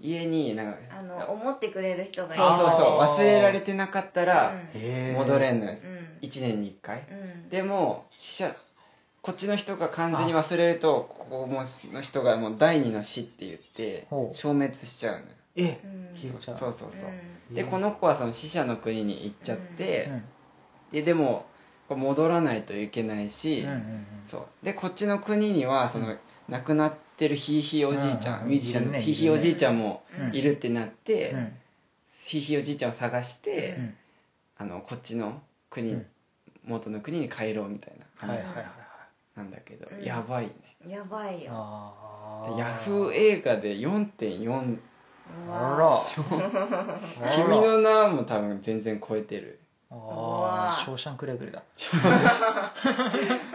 Speaker 1: 家になんか
Speaker 3: あの思ってくれる人がいる
Speaker 1: そうそうそう
Speaker 2: あー
Speaker 1: 忘れられてなかったら
Speaker 2: へー
Speaker 1: 戻れんのよ、
Speaker 3: うんうん
Speaker 1: 1年に1回
Speaker 3: うん
Speaker 1: でも死者こっちの人が完全に忘れるとここの人がもう第二の死って言って
Speaker 2: ほう
Speaker 1: 消滅しちゃうのよ
Speaker 2: え
Speaker 3: うん
Speaker 2: 消えちゃう
Speaker 1: そうそうそう、
Speaker 3: う
Speaker 1: でこの子はその死者の国に行っちゃって、
Speaker 2: うん
Speaker 1: ででもこう戻らないといけないし、
Speaker 2: うんうんうん
Speaker 1: そうでこっちの国にはその、亡くなってるひいひいおじいちゃん、
Speaker 2: うんうん
Speaker 1: ミュージシャン
Speaker 2: いる
Speaker 1: の
Speaker 2: ね
Speaker 1: ひいひいおじいちゃんも
Speaker 3: ん
Speaker 1: いるってなって、
Speaker 2: うん
Speaker 1: ひいひいおじいちゃんを探して、
Speaker 2: うん
Speaker 1: あのこっちの国、
Speaker 2: うん
Speaker 1: 元の国に帰ろうみたいな
Speaker 2: はいはい
Speaker 1: 話
Speaker 2: はいはい
Speaker 1: なんだけど、
Speaker 3: うん
Speaker 1: やばいね
Speaker 3: やばいよ
Speaker 2: あ
Speaker 1: でヤフー映画で4.4
Speaker 3: う
Speaker 2: あ
Speaker 3: わ
Speaker 2: ら
Speaker 1: 「君の名」も多分全然超えてる
Speaker 2: あ
Speaker 3: うわ
Speaker 2: あショーシャンクレベルだ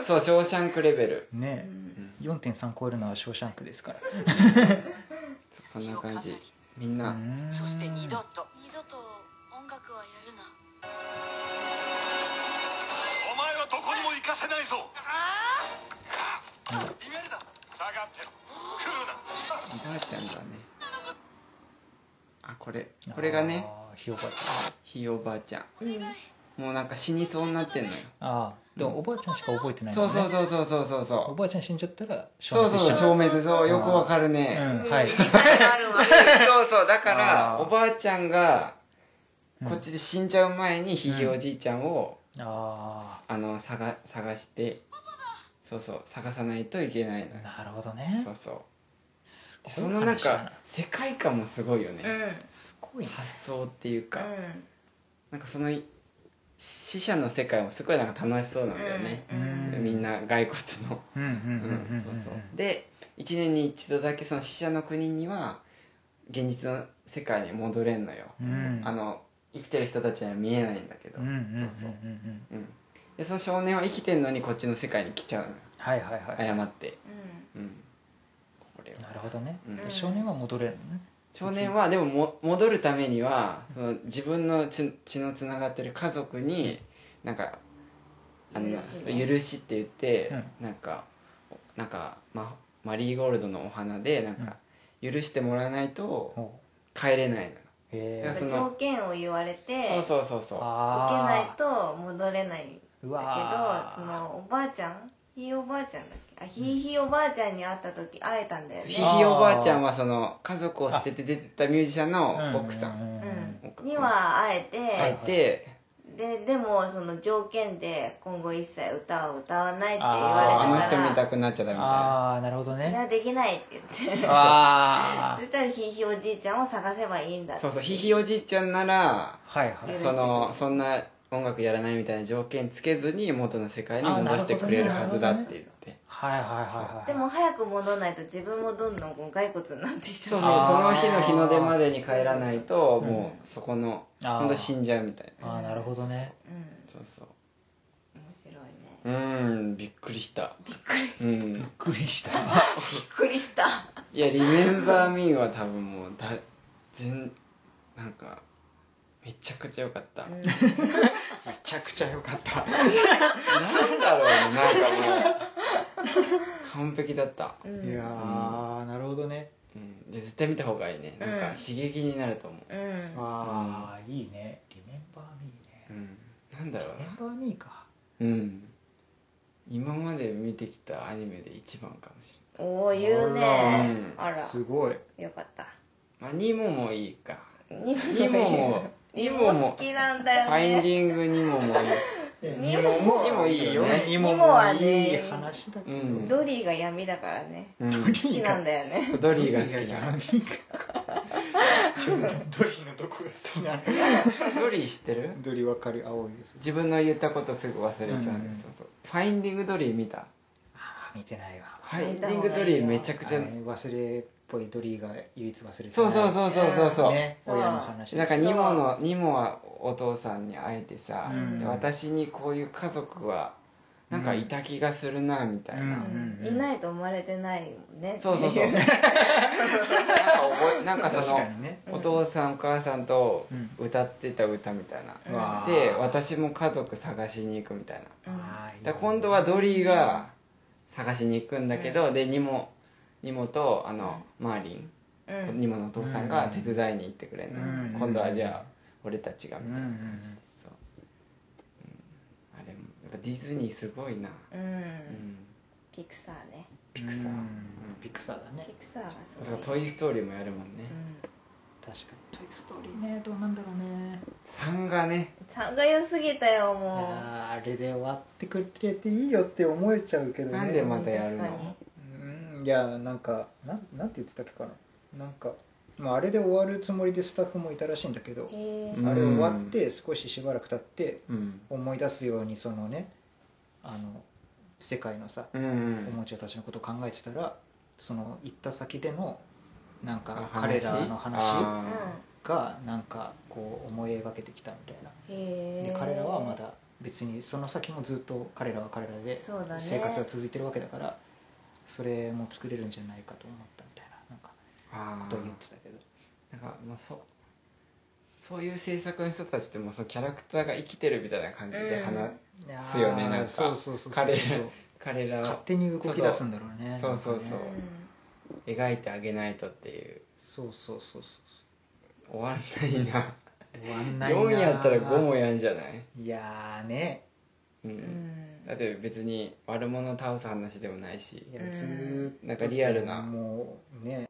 Speaker 1: そう「ショーシャンクレベル
Speaker 3: う
Speaker 2: ね
Speaker 3: ん
Speaker 1: うん
Speaker 2: え4.3超えるのはショーシャンクですから」
Speaker 1: そんな感じみんな、
Speaker 2: うん
Speaker 5: そして二度と
Speaker 6: 二度と音楽はやるな
Speaker 4: お前はどこにも行かせないぞ逃げるな下がってろ来るな
Speaker 1: おばあちゃんがねあこれこれがね
Speaker 2: あーひよかっ
Speaker 1: ひいおばあちゃん
Speaker 6: お願い
Speaker 1: もうなんか死にそうになってんのよ
Speaker 2: ああでもおばあちゃんしか覚えてない
Speaker 1: そ
Speaker 2: もん
Speaker 1: う
Speaker 2: ね
Speaker 1: そうそうそうそうそう
Speaker 2: お
Speaker 1: そ
Speaker 2: ばあちゃん死んじゃったら
Speaker 1: うそうそう
Speaker 2: 消
Speaker 1: 消滅そうよくわかる
Speaker 2: 滅し
Speaker 1: ね、
Speaker 2: ちゃううんはい
Speaker 3: 理解があ るわ
Speaker 1: そうそうだか
Speaker 2: あ
Speaker 1: ら
Speaker 2: ー
Speaker 1: おばあちゃんが
Speaker 2: うん
Speaker 1: こっちで死んじゃう前にひいおじいちゃんを、
Speaker 2: あ
Speaker 1: あの探探してそうそう探さないといけないの
Speaker 2: あ
Speaker 1: よ
Speaker 2: なるほどね
Speaker 1: そうそう
Speaker 2: す
Speaker 1: で
Speaker 2: ご
Speaker 1: そ
Speaker 2: い
Speaker 1: のなん
Speaker 2: 話だ
Speaker 1: か世界観もすごいよね、
Speaker 3: うんうん
Speaker 2: すごいね
Speaker 1: 発想っていうか、なんかその死者の世界もすごいなんか楽しそうなんだよね、
Speaker 3: うんうん
Speaker 2: うん
Speaker 1: みんな骸骨の、
Speaker 2: うんうん
Speaker 1: うん
Speaker 2: うんうん
Speaker 1: そうそうで1年に一度だけその死者の国には現実の世界に戻れんのよ、
Speaker 2: うん
Speaker 1: あの生きてる人たちには見えないんだけど、
Speaker 2: うんうんうんうん
Speaker 1: そうそう
Speaker 2: うん
Speaker 1: うん、でその少年は生きてんのにこっちの世界に来ちゃうのよ
Speaker 2: はいはいはい
Speaker 1: 謝って、
Speaker 3: う
Speaker 1: うん、これは
Speaker 2: なるほどね
Speaker 1: うん
Speaker 2: で少年は戻れるのね
Speaker 1: 少年はでもも戻るためにはその自分の血血のつながってる家族になんかあの
Speaker 3: 許しね
Speaker 1: 許しって言って、なんかなんか、ま、マリーゴールドのお花でなんか許してもらわないと
Speaker 2: おう
Speaker 1: 帰れない
Speaker 2: へ
Speaker 1: だからそ
Speaker 3: ん
Speaker 2: え
Speaker 1: の
Speaker 3: 条件を言われて
Speaker 1: の、そうそうそうそう
Speaker 3: 受けない
Speaker 2: ああ
Speaker 3: と戻れないん
Speaker 2: う
Speaker 3: だ
Speaker 2: わ
Speaker 3: けどそ
Speaker 2: ー
Speaker 3: のおばあちゃんひいおばあちゃんだっけあひいひいおばあちゃんに会った時会えたんだよ
Speaker 1: ひ
Speaker 3: ね
Speaker 1: いひいおばあちゃんはその家族を捨てて出てったミュージシャンの奥さん
Speaker 2: う
Speaker 3: うんには会
Speaker 1: 会
Speaker 3: え
Speaker 1: えて
Speaker 3: て、ででもその条件で今後一切歌を歌わないって言
Speaker 1: そう
Speaker 2: あ
Speaker 1: あ
Speaker 3: わ
Speaker 1: の
Speaker 3: れた
Speaker 1: 人
Speaker 3: か
Speaker 1: 見
Speaker 3: ら
Speaker 1: たくなっちゃダメみたいな
Speaker 2: ああなるほど
Speaker 3: それ
Speaker 2: ね
Speaker 3: はできないって言って
Speaker 2: あ
Speaker 3: そ
Speaker 2: あ
Speaker 3: したらひいひいおじいちゃんを探せばいいんだって
Speaker 1: そうそうひいひいおじいちゃんなら
Speaker 2: はいはい
Speaker 3: 許してく
Speaker 1: そ
Speaker 3: れる
Speaker 1: のそんな音楽やらないみたいな条件つけずに元の世界に戻してくれるはずだって言って、
Speaker 2: はいはいはいはい
Speaker 3: でも早く戻らないと自分もどんどんこう骸骨になっていっちゃ
Speaker 1: そう
Speaker 3: う
Speaker 1: そう
Speaker 2: あー
Speaker 1: その日の日の出までに帰らないと
Speaker 2: うん
Speaker 1: もうそこの
Speaker 2: あー
Speaker 1: ほんと死んじゃうみたいな
Speaker 2: ああなるほどね
Speaker 3: うん
Speaker 1: そうそう
Speaker 3: 面白いね
Speaker 1: うーんびっくりしたびっくりうん
Speaker 2: びっくりした
Speaker 3: びっく りした
Speaker 1: いや「リメンバー・ミー」は多分もうだ全なんかめちゃくちゃ良かった、
Speaker 3: うん
Speaker 2: めちゃくちゃ良かった
Speaker 1: なんだろうねなんかもう完璧だった、
Speaker 3: うん
Speaker 2: いやーなるほどね
Speaker 1: うん、で絶対見た方がいいねなん
Speaker 3: う
Speaker 1: か
Speaker 3: ん
Speaker 1: 刺激になると思う
Speaker 3: うん
Speaker 2: ああいいねリメンバーミーね
Speaker 1: うん、なんだろう
Speaker 2: リメン
Speaker 1: な
Speaker 2: バーミーか
Speaker 1: うん今まで見てきたアニメで一番かもし
Speaker 3: おお言うねあら
Speaker 2: すごい
Speaker 3: よかった
Speaker 1: れないまあニモもいいか
Speaker 3: ニモ
Speaker 1: ニモも
Speaker 3: ニモ好きなんだ
Speaker 1: フ
Speaker 3: よ
Speaker 1: ァインデ
Speaker 3: ね
Speaker 1: ィングニモもいい
Speaker 3: ニモも
Speaker 2: ニモいいよ
Speaker 1: ね
Speaker 2: ニモ
Speaker 3: ニモ
Speaker 2: も
Speaker 3: はい
Speaker 2: い
Speaker 3: ね
Speaker 2: 話だけど
Speaker 1: うん
Speaker 3: ドリーが闇だからね
Speaker 1: うん
Speaker 2: ドリ
Speaker 3: 好き
Speaker 2: ー
Speaker 3: な
Speaker 2: が
Speaker 3: んだよね
Speaker 1: ドリーが好き
Speaker 2: 闇
Speaker 1: な
Speaker 2: がちょっとドリーのどこが好きなの
Speaker 1: ドリー知ってる
Speaker 2: ドリーわかる青いです
Speaker 1: 自分の言ったことすぐ忘れちゃう、
Speaker 2: うん
Speaker 1: そうそうファインディングドリー見た
Speaker 2: ああ見てないわ
Speaker 1: ファインディングドリーめちゃくちゃ
Speaker 2: あの忘れっぽいドリーが唯一忘れてない
Speaker 1: そうそうそうそうそうそう、
Speaker 2: ね
Speaker 3: そう
Speaker 2: 親の話
Speaker 1: なんかニモのニモはお父さんに会えてさ、
Speaker 2: うん
Speaker 1: で私にこういう家族はなんかいた気がするなみたいな、
Speaker 2: うん
Speaker 3: うんいないと生まれてないもんね
Speaker 1: そうそうそう なんか覚えなんかそ
Speaker 2: 確
Speaker 1: の
Speaker 2: かにね
Speaker 1: お父さんお母さんと
Speaker 2: うん
Speaker 1: 歌ってた歌みたいな、
Speaker 3: うん
Speaker 2: わあ
Speaker 1: で私も家族探しに行くみたいな
Speaker 3: うん
Speaker 2: ああいい
Speaker 1: だから今度はドリーが探しに行くんだけど、でニモニモとあの、マーリ
Speaker 3: う
Speaker 1: ン、
Speaker 3: ん
Speaker 1: ニモのお父さんが手伝いに行ってくれるの、
Speaker 2: うん
Speaker 1: 今度はじゃあ俺たちが
Speaker 2: う
Speaker 1: み
Speaker 2: んう
Speaker 1: た
Speaker 2: ん
Speaker 1: いな、
Speaker 2: うん
Speaker 1: そう、うん、あれもやっぱディズニーすごいな、
Speaker 3: う
Speaker 1: うんん、
Speaker 3: ピクサーね
Speaker 1: ピクサー、
Speaker 2: う
Speaker 1: うんん
Speaker 2: ピクサーだね
Speaker 3: ピクサーがす
Speaker 1: そ
Speaker 3: ご
Speaker 1: う
Speaker 3: い
Speaker 1: トイ・ストーリーもやるもんね、
Speaker 2: 確かに「トイ・ストーリーね」どうなんだろうね
Speaker 1: 3がね
Speaker 3: 3が良すぎたよ
Speaker 2: いや
Speaker 3: も
Speaker 2: ーあれで終わってくれていいよって思えちゃうけどね
Speaker 1: なんで
Speaker 3: う
Speaker 1: またやるの
Speaker 3: 確かに
Speaker 2: うんいやなんかなんなんて言ってたっけかななんか、まあ、あれで終わるつもりでスタッフもいたらしいんだけど
Speaker 3: へ
Speaker 1: うん
Speaker 3: ー
Speaker 2: あれ終わって少ししばらく経って
Speaker 1: うん
Speaker 2: 思い出すようにそのねあの世界のさ
Speaker 1: うんう
Speaker 2: お
Speaker 1: ん
Speaker 2: もちゃたちのことを考えてたらその行った先でのなん
Speaker 1: あ
Speaker 2: か彼
Speaker 1: 話
Speaker 2: らの話
Speaker 3: うん
Speaker 1: あ
Speaker 2: がなんかこう思い描けてきたみたいな
Speaker 3: へー
Speaker 2: で彼らはまだ別にその先もずっと彼らは彼らで
Speaker 3: そうだね
Speaker 2: 生活が続いてるわけだからそれも作れるんじゃないかと思ったみたいななんか
Speaker 1: ーあ
Speaker 2: こ
Speaker 1: ー
Speaker 2: とを言ってたけど
Speaker 1: なんかもうそうそういう制作の人たちってもうそのキャラクターが生きてるみたいな感じで話、
Speaker 3: うん
Speaker 2: いやー
Speaker 1: すよねなんか
Speaker 2: そうそうそうそう
Speaker 1: 彼彼ら
Speaker 2: 勝
Speaker 1: を
Speaker 2: 手に動き出すんだろうね
Speaker 1: そうそう
Speaker 2: なん
Speaker 1: そ
Speaker 2: かね
Speaker 1: 描いてあげないとっていう
Speaker 2: そうそうそうそ
Speaker 1: 終
Speaker 2: う
Speaker 1: わんないな
Speaker 2: 終わんないな
Speaker 1: 4やったら5もやんじゃない、
Speaker 2: いやーね
Speaker 1: うん
Speaker 3: うん
Speaker 1: だって別に悪者を倒す話でもないし
Speaker 2: いやずーっと
Speaker 1: なんかリアルな
Speaker 2: もうね